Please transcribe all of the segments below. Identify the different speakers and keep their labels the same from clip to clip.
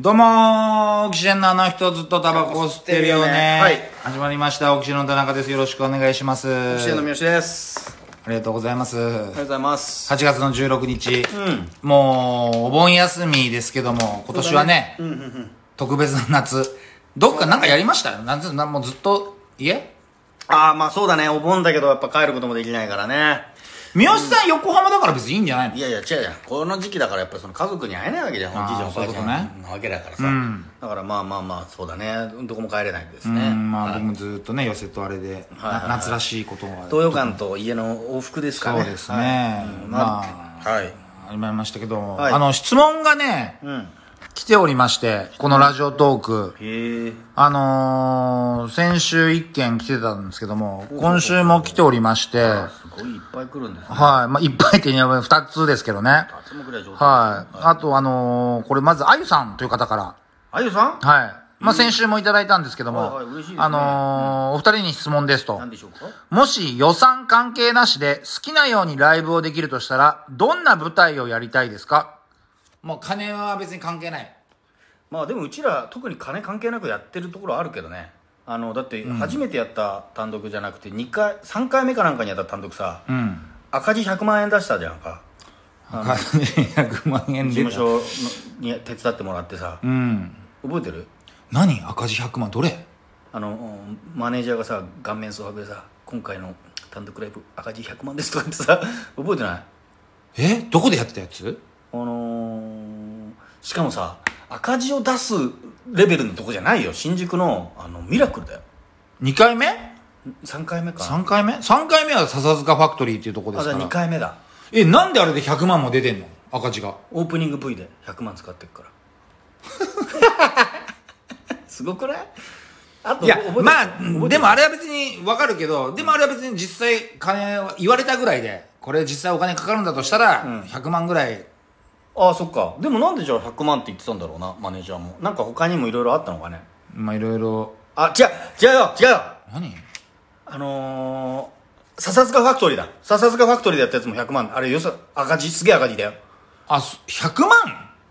Speaker 1: どうもー、オキシエンのあの人ずっとタバコ吸ってるよね。
Speaker 2: はい
Speaker 1: 始まりました、オキシエンの田中です。よろしくお願いします。
Speaker 2: 吉田の三好です
Speaker 1: ありがとうございます。
Speaker 2: お
Speaker 1: 8
Speaker 2: はようございます
Speaker 1: 月の16日、もう、お盆休みですけども、今年はね、特別な夏、どっかなんかやりましたよ。夏、なもうずっと家
Speaker 2: ああまあそうだねお盆だけどやっぱ帰ることもできないからね
Speaker 1: 三好さん、横浜だから別にいいんじゃないの
Speaker 2: いやいや違うじゃんこの時期だからやっぱりその家族に会えないわけじゃんおじいちゃ
Speaker 1: あー
Speaker 2: んおばあち
Speaker 1: そういうこと
Speaker 2: ゃ
Speaker 1: ね
Speaker 2: んなわけだからさ、
Speaker 1: ん
Speaker 2: だからまあまあまあそうだねどこも帰れないです
Speaker 1: う
Speaker 2: ね、
Speaker 1: ん、まあ
Speaker 2: はい
Speaker 1: 僕もずっとね、寄せとあれで、
Speaker 2: はいはいは
Speaker 1: ない夏らしいことが
Speaker 2: 東洋館と家の往復ですかね
Speaker 1: そうですね
Speaker 2: はいうん
Speaker 1: ま
Speaker 2: まあはい
Speaker 1: ありましたけども、
Speaker 2: はい
Speaker 1: あの、質問がね、
Speaker 2: うん
Speaker 1: 来ておりまして、このラジオトーク。
Speaker 2: へえ
Speaker 1: あのー、先週1件来てたんですけども、今週も来ておりまして、はい
Speaker 2: すごいいっぱい来るんですね。
Speaker 1: まあ、いっぱい手には2つですけどね。はい。
Speaker 2: 夏もぐらい上手
Speaker 1: あと、あのー、これまず、あゆさんという方か
Speaker 2: あゆさん
Speaker 1: ら、はい。まあ、先週もいただいたんですけども、
Speaker 2: はいはい嬉しいですね
Speaker 1: あのー、お二人に質問ですと
Speaker 2: 何。でしょうか
Speaker 1: もし予算関係なしで好きなようにライブをできるとしたら、どんな舞台をやりたいですかもう金は別に関係ない。
Speaker 2: まあでもうちら特に金関係なくやってるところあるけどねあのだって初めてやった単独じゃなくて2回3回目かなんかにやった単独さ、
Speaker 1: うん。
Speaker 2: 赤字100万円出したじゃんか
Speaker 1: 100万円
Speaker 2: 事
Speaker 1: で
Speaker 2: 務。所のに手伝ってもらってさ
Speaker 1: うん。
Speaker 2: 覚えてる
Speaker 1: 何赤字100万どれ
Speaker 2: あのうんマネージャーがさ顔面蒼白でさ「今回の単独ライブ赤字100万です」とか言ってさ覚えてない
Speaker 1: えどこでやってたやつ
Speaker 2: あのーしかもさ赤字を出すレベルのとこじゃないよ新宿のあのミラクルだよ
Speaker 1: ?2 回目
Speaker 2: 3回目か
Speaker 1: ?3 回目 ?3 回目は笹塚ファクトリーっていうとこで
Speaker 2: あ
Speaker 1: す
Speaker 2: じゃ
Speaker 1: か
Speaker 2: あ2
Speaker 1: ら。
Speaker 2: 回目だ
Speaker 1: え、なんであれで100万も出てんの赤字が。
Speaker 2: オープニング V で100万使ってるから すごくないあと
Speaker 1: いや
Speaker 2: 覚えて、る
Speaker 1: ま
Speaker 2: 覚えて
Speaker 1: あ、
Speaker 2: る
Speaker 1: でもあれは別にわかるけど、でもあれは別に実際金は言われたぐらいで、これ実際お金かかるんだとしたら、100万ぐらい
Speaker 2: ああそっかでもなんでじゃあ100万って言ってたんだろうなマネージャーもなんか他にもいろいろあったのかね
Speaker 1: まあいろいろ
Speaker 2: あ違う違うよ違うよ
Speaker 1: 何
Speaker 2: あのー、笹塚ファクトリーだ笹塚ファクトリーでやったやつも100万あれよさ赤字すげえ赤字だよ
Speaker 1: あそ100万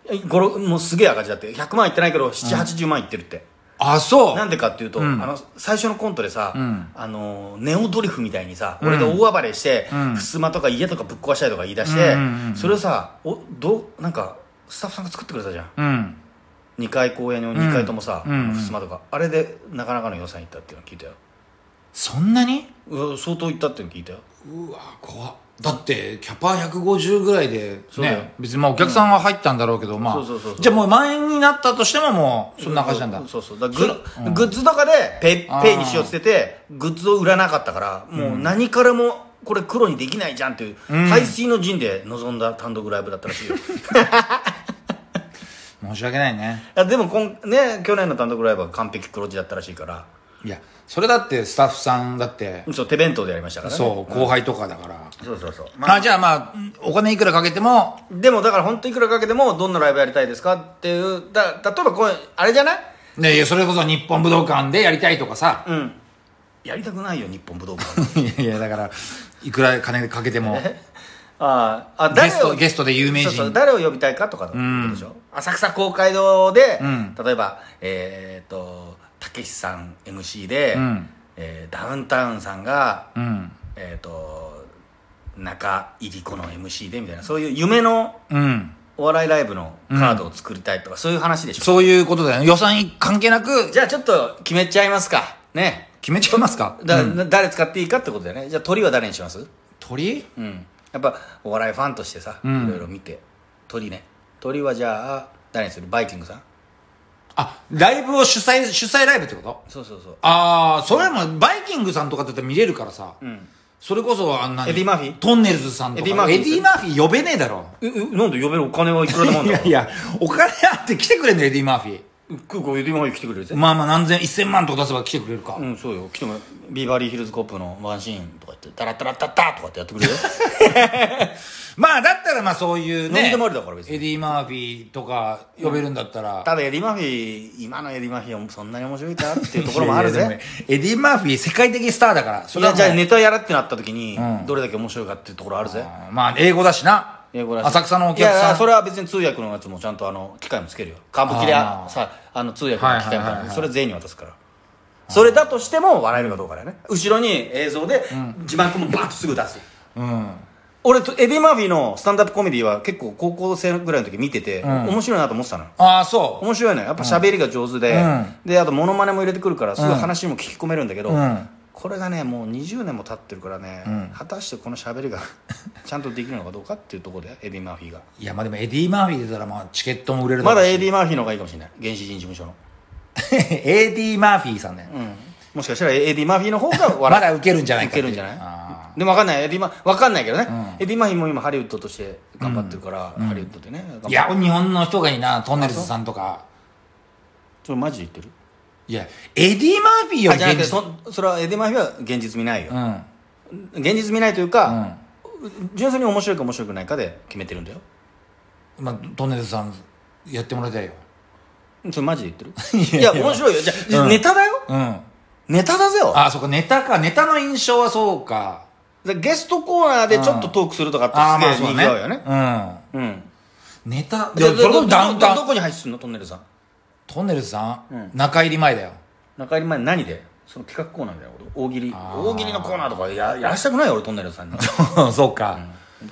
Speaker 2: えごろもうすげえ赤字だって100万いってないけど780万いってるって、
Speaker 1: あそう
Speaker 2: なんでかっていうと、あの最初のコントでさ、
Speaker 1: ん
Speaker 2: あのネオドリフみたいにさ、俺が大暴れして、襖とか家とかぶっ壊したいとか言い出して、
Speaker 1: うんうんうん
Speaker 2: それをさおどうなんかスタッフさんが作ってくれたじゃん
Speaker 1: うん
Speaker 2: 2回公演の2回ともさ、
Speaker 1: うんうんうん
Speaker 2: 襖とかあれでなかなかの予算いったっていうの聞いたよ
Speaker 1: そんなに
Speaker 2: うわ相当いったっていうの聞いたよ
Speaker 1: うわ怖っだってキャパ150ぐらいで
Speaker 2: そうだよ
Speaker 1: ね別にまあお客さんは入ったんだろうけど、まあ
Speaker 2: そうそうそうそう
Speaker 1: じゃあもう満員になったとしてももうそんな感じなんだ
Speaker 2: そうそうそうだからグ,、グッズとかでペ
Speaker 1: あー
Speaker 2: イペイにしようっつっててグッズを売らなかったからもう何からもこれ黒にできないじゃんっていう、排水の陣で臨んだ単独ライブだった らしいよ
Speaker 1: 申し訳ないね
Speaker 2: あでもこん、ね、去年の単独ライブは完璧黒字だったらしいから
Speaker 1: いやそれだってスタッフさんだって
Speaker 2: そう手弁当でやりましたからね
Speaker 1: そう後輩とかだから、
Speaker 2: そうそうそう、ま
Speaker 1: まあじゃあまあお金いくらかけても
Speaker 2: あ、でもだから本当いくらかけてもどんなライブやりたいですかっていうだ例えばこれあれじゃない
Speaker 1: ねいやそれこそ日本武道館でやりたいとかさ、
Speaker 2: うんやりたくないよ日本武道 館
Speaker 1: いやいやだからいくら金かけても
Speaker 2: あああ
Speaker 1: ゲストゲストで有名人
Speaker 2: そうそう誰を呼びたいかとかってことでしょ、浅草公会堂で、
Speaker 1: ん
Speaker 2: 例えばえっ、とたけしさん MC で、
Speaker 1: ん
Speaker 2: えーダウンタウンさんが
Speaker 1: うん
Speaker 2: えっ、と中入り子の MC でみたいなそういう夢の
Speaker 1: うん
Speaker 2: お笑いライブのカードを作りたいとか、そういう話でしょ
Speaker 1: そういうことだよね予算関係なく
Speaker 2: じゃあちょっと決めちゃいますかね
Speaker 1: 決めちゃいますか
Speaker 2: だ、誰使っていいかってことだよねじゃあ鳥は誰にします
Speaker 1: 鳥
Speaker 2: うんやっぱお笑いファンとしてさ、いろいろ見て鳥ね鳥はじゃあ誰にするバイキングさん
Speaker 1: あライブを主催主催ライブってこと
Speaker 2: そうそうそう
Speaker 1: ああそれもバイキングさんとかだって見れるからさ、
Speaker 2: ん
Speaker 1: それこそあんなに
Speaker 2: エディマーフィー
Speaker 1: トンネルズさんとか
Speaker 2: エディマーフィー
Speaker 1: エディマーフィー呼べねえだろ
Speaker 2: ええなんで呼べるお金はいくらでもあん
Speaker 1: い
Speaker 2: だ
Speaker 1: やいやお金あって来てくれんのエディマーフィ
Speaker 2: 空港エディマーフィー来てくれるぜ
Speaker 1: ーまあまあ何千一千万とか出せば来てくれるか、
Speaker 2: うんそうよ来てもビバリーヒルズコップのワンシーンとか言ってタラッタラッタッタッとかってやってくれるよ
Speaker 1: まあだったらまあそういうね
Speaker 2: 何でもありだから別に
Speaker 1: エディマーフィーとか呼べるんだったら、
Speaker 2: ただエディマーフィー今のエディマーフィーはそんなに面白いかっていうところもある
Speaker 1: いやいや
Speaker 2: ぜ
Speaker 1: でもエディマーフィー世界的スターだからそ
Speaker 2: い
Speaker 1: れは
Speaker 2: や
Speaker 1: もう
Speaker 2: じゃあネタやらってなった時に
Speaker 1: うん
Speaker 2: どれだけ面白いかっていうところあるぜ、
Speaker 1: あーまあ英語だしな
Speaker 2: 英語らしい
Speaker 1: 浅草のお客さん
Speaker 2: いやいやそれは別に通訳のやつもちゃんとあの機械もつけるよ歌舞伎で
Speaker 1: あー
Speaker 2: さあの通訳の機械も
Speaker 1: はいはいはい
Speaker 2: ある
Speaker 1: はい
Speaker 2: それ全員に渡すからそれだとしても笑えるかどうかだよね後ろに映像で字幕もバーッとすぐ出す
Speaker 1: うん
Speaker 2: 俺とエディ・マーフィーのスタンダップコメディは結構高校生ぐらいの時見てて、
Speaker 1: ん
Speaker 2: 面白いなと思ってたのよ
Speaker 1: ああそう
Speaker 2: 面白いのよやっぱ喋りが上手で、
Speaker 1: うん
Speaker 2: であとモノマネも入れてくるからすごい話も聞き込めるんだけど、
Speaker 1: うん
Speaker 2: これがねもう20年も経ってるからね、果たしてこの喋りが ちゃんとできるのかどうかっていうところでエディ・マーフィーが
Speaker 1: いやまあでもエディ・マーフィー出たらまあチケットも売れるだ
Speaker 2: ま
Speaker 1: ろう
Speaker 2: だ
Speaker 1: し
Speaker 2: エディ・マーフィーの方がいいかもしれない原始人事務所の、
Speaker 1: エディ・マーフィーさんね、
Speaker 2: うんもしかしたらエディ・マーフィーの方が
Speaker 1: まだウケるんじゃないか
Speaker 2: ウケるんじゃない
Speaker 1: あ
Speaker 2: でも分かんないエディマ分かんないけどね、エディ・マーフィーも今ハリウッドとして頑張ってるから、ハリウッドでね
Speaker 1: いや日本の人がいいなトンネルズさんとか
Speaker 2: それマジで言ってる
Speaker 1: いやエディ・マーフィーよ
Speaker 2: あ
Speaker 1: り
Speaker 2: じゃなくて
Speaker 1: 現実
Speaker 2: そそれはエディ・マーフィーは現実見ないよ
Speaker 1: う、ん
Speaker 2: 現実見ないというか、純粋に面白いか面白くないかで決めてるんだよ
Speaker 1: まあトンネルズさんやってもらいたいよ
Speaker 2: それマジで言ってるいや面白いよじゃあじゃあ、
Speaker 1: うん
Speaker 2: ネタだよ
Speaker 1: うん
Speaker 2: ネタだぜよ
Speaker 1: あそこネタかネタの印象はそうか
Speaker 2: でゲストコーナーでちょっとトークするとか
Speaker 1: ああま
Speaker 2: っ
Speaker 1: あ
Speaker 2: てすげ
Speaker 1: そ
Speaker 2: え
Speaker 1: う
Speaker 2: 似合うよ
Speaker 1: ね
Speaker 2: ね
Speaker 1: うん
Speaker 2: うん
Speaker 1: ネタい
Speaker 2: じゃ
Speaker 1: や
Speaker 2: あ
Speaker 1: それこそ
Speaker 2: ど
Speaker 1: ダウンタ
Speaker 2: どど
Speaker 1: ウン
Speaker 2: こに配信するのトンネルさん
Speaker 1: トンネルズさん、
Speaker 2: うん
Speaker 1: 中入り前だよ
Speaker 2: 中入り前何でその企画コーナーみたいなこと大喜利
Speaker 1: あー
Speaker 2: 大喜利のコーナーとかややらしたくないよ俺トンネル さんに
Speaker 1: そうか、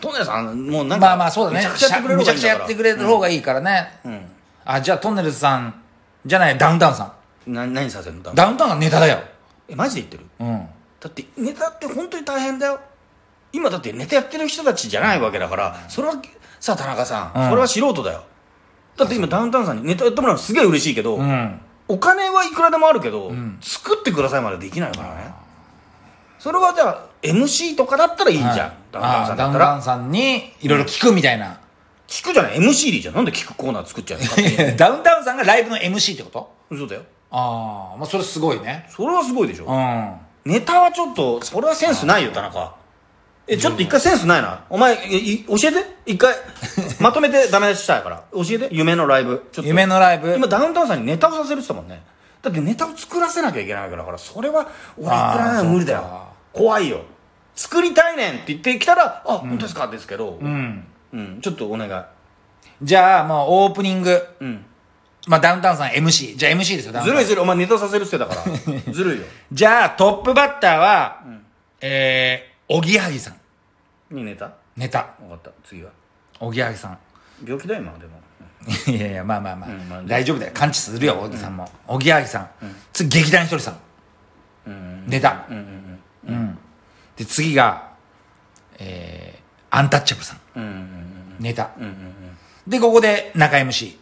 Speaker 2: トンネルさんもうなんか
Speaker 1: まあまあそうだね
Speaker 2: めちゃくちゃやってくれる
Speaker 1: めちゃくちゃやってくれる方
Speaker 2: が
Speaker 1: がいいからね、
Speaker 2: いいんだから
Speaker 1: あじゃあトンネルズさんじゃないダウンタウンさん
Speaker 2: うんな何させるのだ
Speaker 1: ダウンタウンがネタだよ
Speaker 2: えマジで言ってる
Speaker 1: うん
Speaker 2: だってネタって本当に大変だよ今だってネタやってる人たちじゃないわけだからそれはさあ田中さん、
Speaker 1: うん
Speaker 2: それは素人だよだって今ダウンタウンさんにネタやってもらうのすげえ嬉しいけど、
Speaker 1: うん
Speaker 2: お金はいくらでもあるけど、作ってくださいまでできないからねそれはじゃあ MC とかだったらいいじゃん、ダウンタウン
Speaker 1: あ
Speaker 2: さ
Speaker 1: ー
Speaker 2: ん
Speaker 1: ダ
Speaker 2: だ
Speaker 1: ウン
Speaker 2: った
Speaker 1: タウ
Speaker 2: ら
Speaker 1: ンさんにいろいろ聞くみたいな、
Speaker 2: 聞くじゃない MC でいいじゃんなんで聞くコーナー作っちゃう の勝手に
Speaker 1: ダウンタウンさんがライブの MC ってこと
Speaker 2: 嘘だよ
Speaker 1: ああまあそれすごいね
Speaker 2: それはすごいでしょ、
Speaker 1: うん
Speaker 2: ネタはちょっとそれはセンスないよ田中えちょっと一回センスないなお前いい教えて 一回まとめてダメ出ししたいから教えて夢のライブちょっと
Speaker 1: 夢のライブ
Speaker 2: 今ダウンタウンさんにネタをさせるって言ったもんねだってネタを作らせなきゃいけないわけだからそれは俺いくらな
Speaker 1: あ
Speaker 2: ら
Speaker 1: ー
Speaker 2: 無理だよ
Speaker 1: そうか
Speaker 2: 怖いよ作りたいねんって言ってきたらあ、本当ですかですけどう、
Speaker 1: うんん
Speaker 2: ちょっとお願い
Speaker 1: じゃあもうオープニング、
Speaker 2: うん
Speaker 1: まあ、ダウンタウンさん MC じゃあ MC ですよダウン
Speaker 2: ず
Speaker 1: タウン
Speaker 2: るいずるいお前ネタさせるって言ってたから ずるいよ
Speaker 1: じゃあトップバッターは、えー、おぎやはぎさん
Speaker 2: にネタ
Speaker 1: ネタ
Speaker 2: 分かった次は
Speaker 1: おぎやはぎさん
Speaker 2: 病気だよ今でも
Speaker 1: いやいやまあまあまあ、
Speaker 2: んまあ
Speaker 1: 大丈夫だよ完治するよ小木さんも、小木ぎさん、次劇団ひとりさん、ネタうんで次がえー、アンタッチャブルさん、ネタ、でここで中 MC い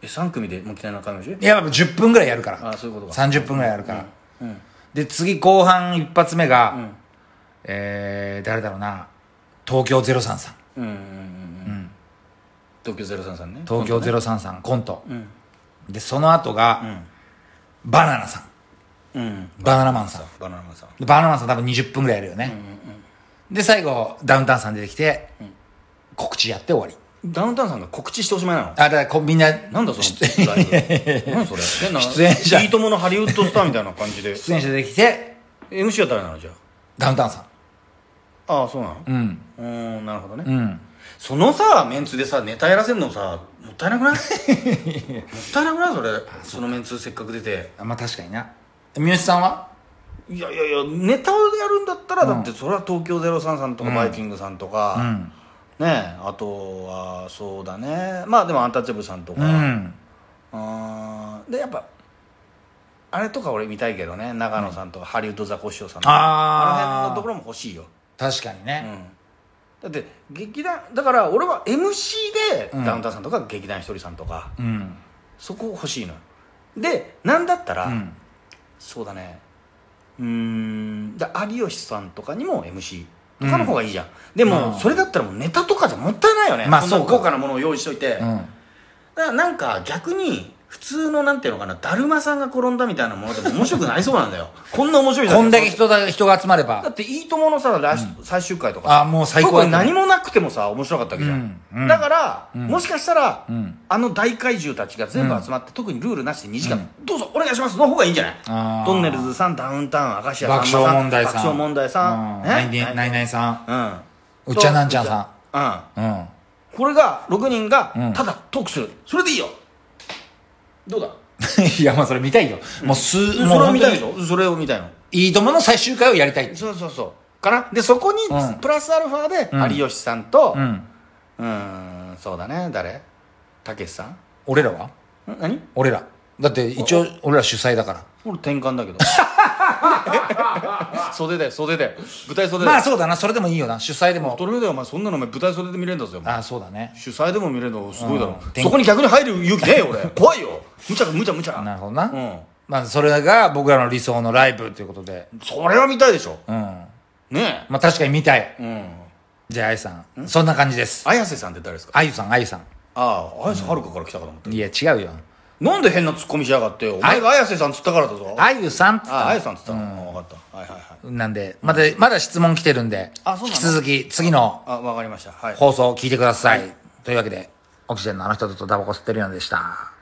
Speaker 2: え3組でもう来たいな感じ
Speaker 1: ややっぱ10分ぐらいやるから
Speaker 2: あそういうことか
Speaker 1: 30分ぐらいやるから、で次後半一発目が、えー、誰だろうな東京03さん
Speaker 2: 東京03さんね
Speaker 1: 東京03さんコント、でその後が、バナナさん
Speaker 2: うん
Speaker 1: バナナマンさん
Speaker 2: バナナマンさん
Speaker 1: でバナナマンさん多分20分ぐらいやるよね、で最後ダウンタウンさん出てきて、告知やって終わり
Speaker 2: ダウンタウンさんが告知しておしまいなの
Speaker 1: あだからこうみんな
Speaker 2: なんだそのライブ何それ変な
Speaker 1: 出演者
Speaker 2: いいとものハリウッドスターみたいな感じで
Speaker 1: 出演者出てきて
Speaker 2: MC は誰なのじゃ
Speaker 1: ダウンタウンさん
Speaker 2: あああそうなの
Speaker 1: うん
Speaker 2: うーんなるほどね、
Speaker 1: うん
Speaker 2: そのさメンツでさネタやらせるのさもった いなくないもったいなくないそれそのメンツせっかく出て
Speaker 1: あまあ確かにな三好さんはい
Speaker 2: やいやいやネタをやるんだったら、だってそれは東京03さんとか、バイキングさんとか、
Speaker 1: うん
Speaker 2: ねえあとはそうだねまあでもアンタッチャブルさんとか、
Speaker 1: うん
Speaker 2: あーでやっぱあれとか俺見たいけどね長野さんとか、ハリウッドザコシショウさんとか
Speaker 1: あー
Speaker 2: の辺のところも欲しいよ、
Speaker 1: 確かに
Speaker 2: う
Speaker 1: ね、
Speaker 2: ん、だって劇団だから俺は MC で
Speaker 1: うん
Speaker 2: ダウンタウンさんとか劇団ひとりさんとか、
Speaker 1: うん
Speaker 2: そこ欲しいのよでなんだったら、
Speaker 1: うん
Speaker 2: そうだねうーんだ有吉さんとかにも MC とかの方がいいじゃん、でも、
Speaker 1: うん
Speaker 2: それだったらもうネタとかじゃもったいないよね、
Speaker 1: まあ
Speaker 2: そんな
Speaker 1: そうか
Speaker 2: 高価なものを用意しといて、
Speaker 1: うん
Speaker 2: だからなんか逆に普通のなんていうのかなだるまさんが転んだみたいなものでも面白くなりそうなんだよ こんな面白いじゃ
Speaker 1: こんだけ
Speaker 2: だ
Speaker 1: 人だ人が集まれ
Speaker 2: だ
Speaker 1: ば
Speaker 2: って「いいとも!」のさ、ラスト最終回とか
Speaker 1: あ
Speaker 2: さ
Speaker 1: もう最高だ
Speaker 2: 特に何もなくてもさ面白かったわけじゃん、
Speaker 1: うんうん
Speaker 2: だから、もしかしたら、
Speaker 1: ん
Speaker 2: あの大怪獣たちが全部集まって、特にルールなしで2時間、どうぞお願いしますの方がいいんじゃな
Speaker 1: あ
Speaker 2: い
Speaker 1: ー
Speaker 2: トンネルズさんダウンタウン明石家さんま
Speaker 1: 爆
Speaker 2: さ
Speaker 1: 笑
Speaker 2: ん
Speaker 1: 問題さん
Speaker 2: 爆笑問題さん、
Speaker 1: うん
Speaker 2: ね
Speaker 1: ナインティナインナインさん
Speaker 2: うん
Speaker 1: うっちゃなんちゃんさ
Speaker 2: うん
Speaker 1: んうん
Speaker 2: これが6人
Speaker 1: う
Speaker 2: が
Speaker 1: ん
Speaker 2: ただトークする、それでいいよどうだ
Speaker 1: いや、まあそれ見たいよ。もうす、
Speaker 2: それ
Speaker 1: もう
Speaker 2: を
Speaker 1: 本
Speaker 2: 見
Speaker 1: 当
Speaker 2: たいで
Speaker 1: に
Speaker 2: し、ょそれを見たいの
Speaker 1: いいともの最終回をやりたい。
Speaker 2: そうそうそうかなでそこに、
Speaker 1: うん
Speaker 2: プラスアルファ
Speaker 1: うん
Speaker 2: で有吉さんとう
Speaker 1: うんん。
Speaker 2: んそうだね誰たけしさんん
Speaker 1: 俺らは
Speaker 2: 何
Speaker 1: 俺ら。だって一応俺ら主催だから。
Speaker 2: 俺転換 だけど袖だよ袖だよ舞台袖だよ、
Speaker 1: まあそうだな、それでもいいよな。主催でも。
Speaker 2: それだよお前そんなのお前舞台袖で見れるんだぞお前
Speaker 1: ああ、そうだね。
Speaker 2: 主催でも見れるのすごいだろ、
Speaker 1: うん
Speaker 2: そこに逆に入る勇気ねえよ 俺怖いよむちゃくむちゃむちゃ
Speaker 1: なるほどな。
Speaker 2: うん
Speaker 1: まあそれが僕らの理想のライブということで。
Speaker 2: それは見たいでしょ
Speaker 1: うん。ま
Speaker 2: ね
Speaker 1: あ確かに見たい。
Speaker 2: えうん
Speaker 1: じゃあ、あゆさん。そんな感じです。
Speaker 2: 綾瀬さんって誰ですか
Speaker 1: あゆさん、あゆさん。
Speaker 2: ああ綾瀬はるかから来たかと思った、
Speaker 1: いや、違うよ。
Speaker 2: なんで変なツッコミしやがってお前が綾瀬さんつったからだぞあ
Speaker 1: あゆさんっつったの
Speaker 2: あ綾瀬さんつったの、分かったはいはいはい
Speaker 1: なんで、まだ、まだ質問来てるんで、
Speaker 2: あそう
Speaker 1: 引
Speaker 2: なの
Speaker 1: き続き次の
Speaker 2: あ分かりましたはい
Speaker 1: 放送を聞いてください。というわけで、オキシジェンのあの人とタバコ吸ってるようなでした。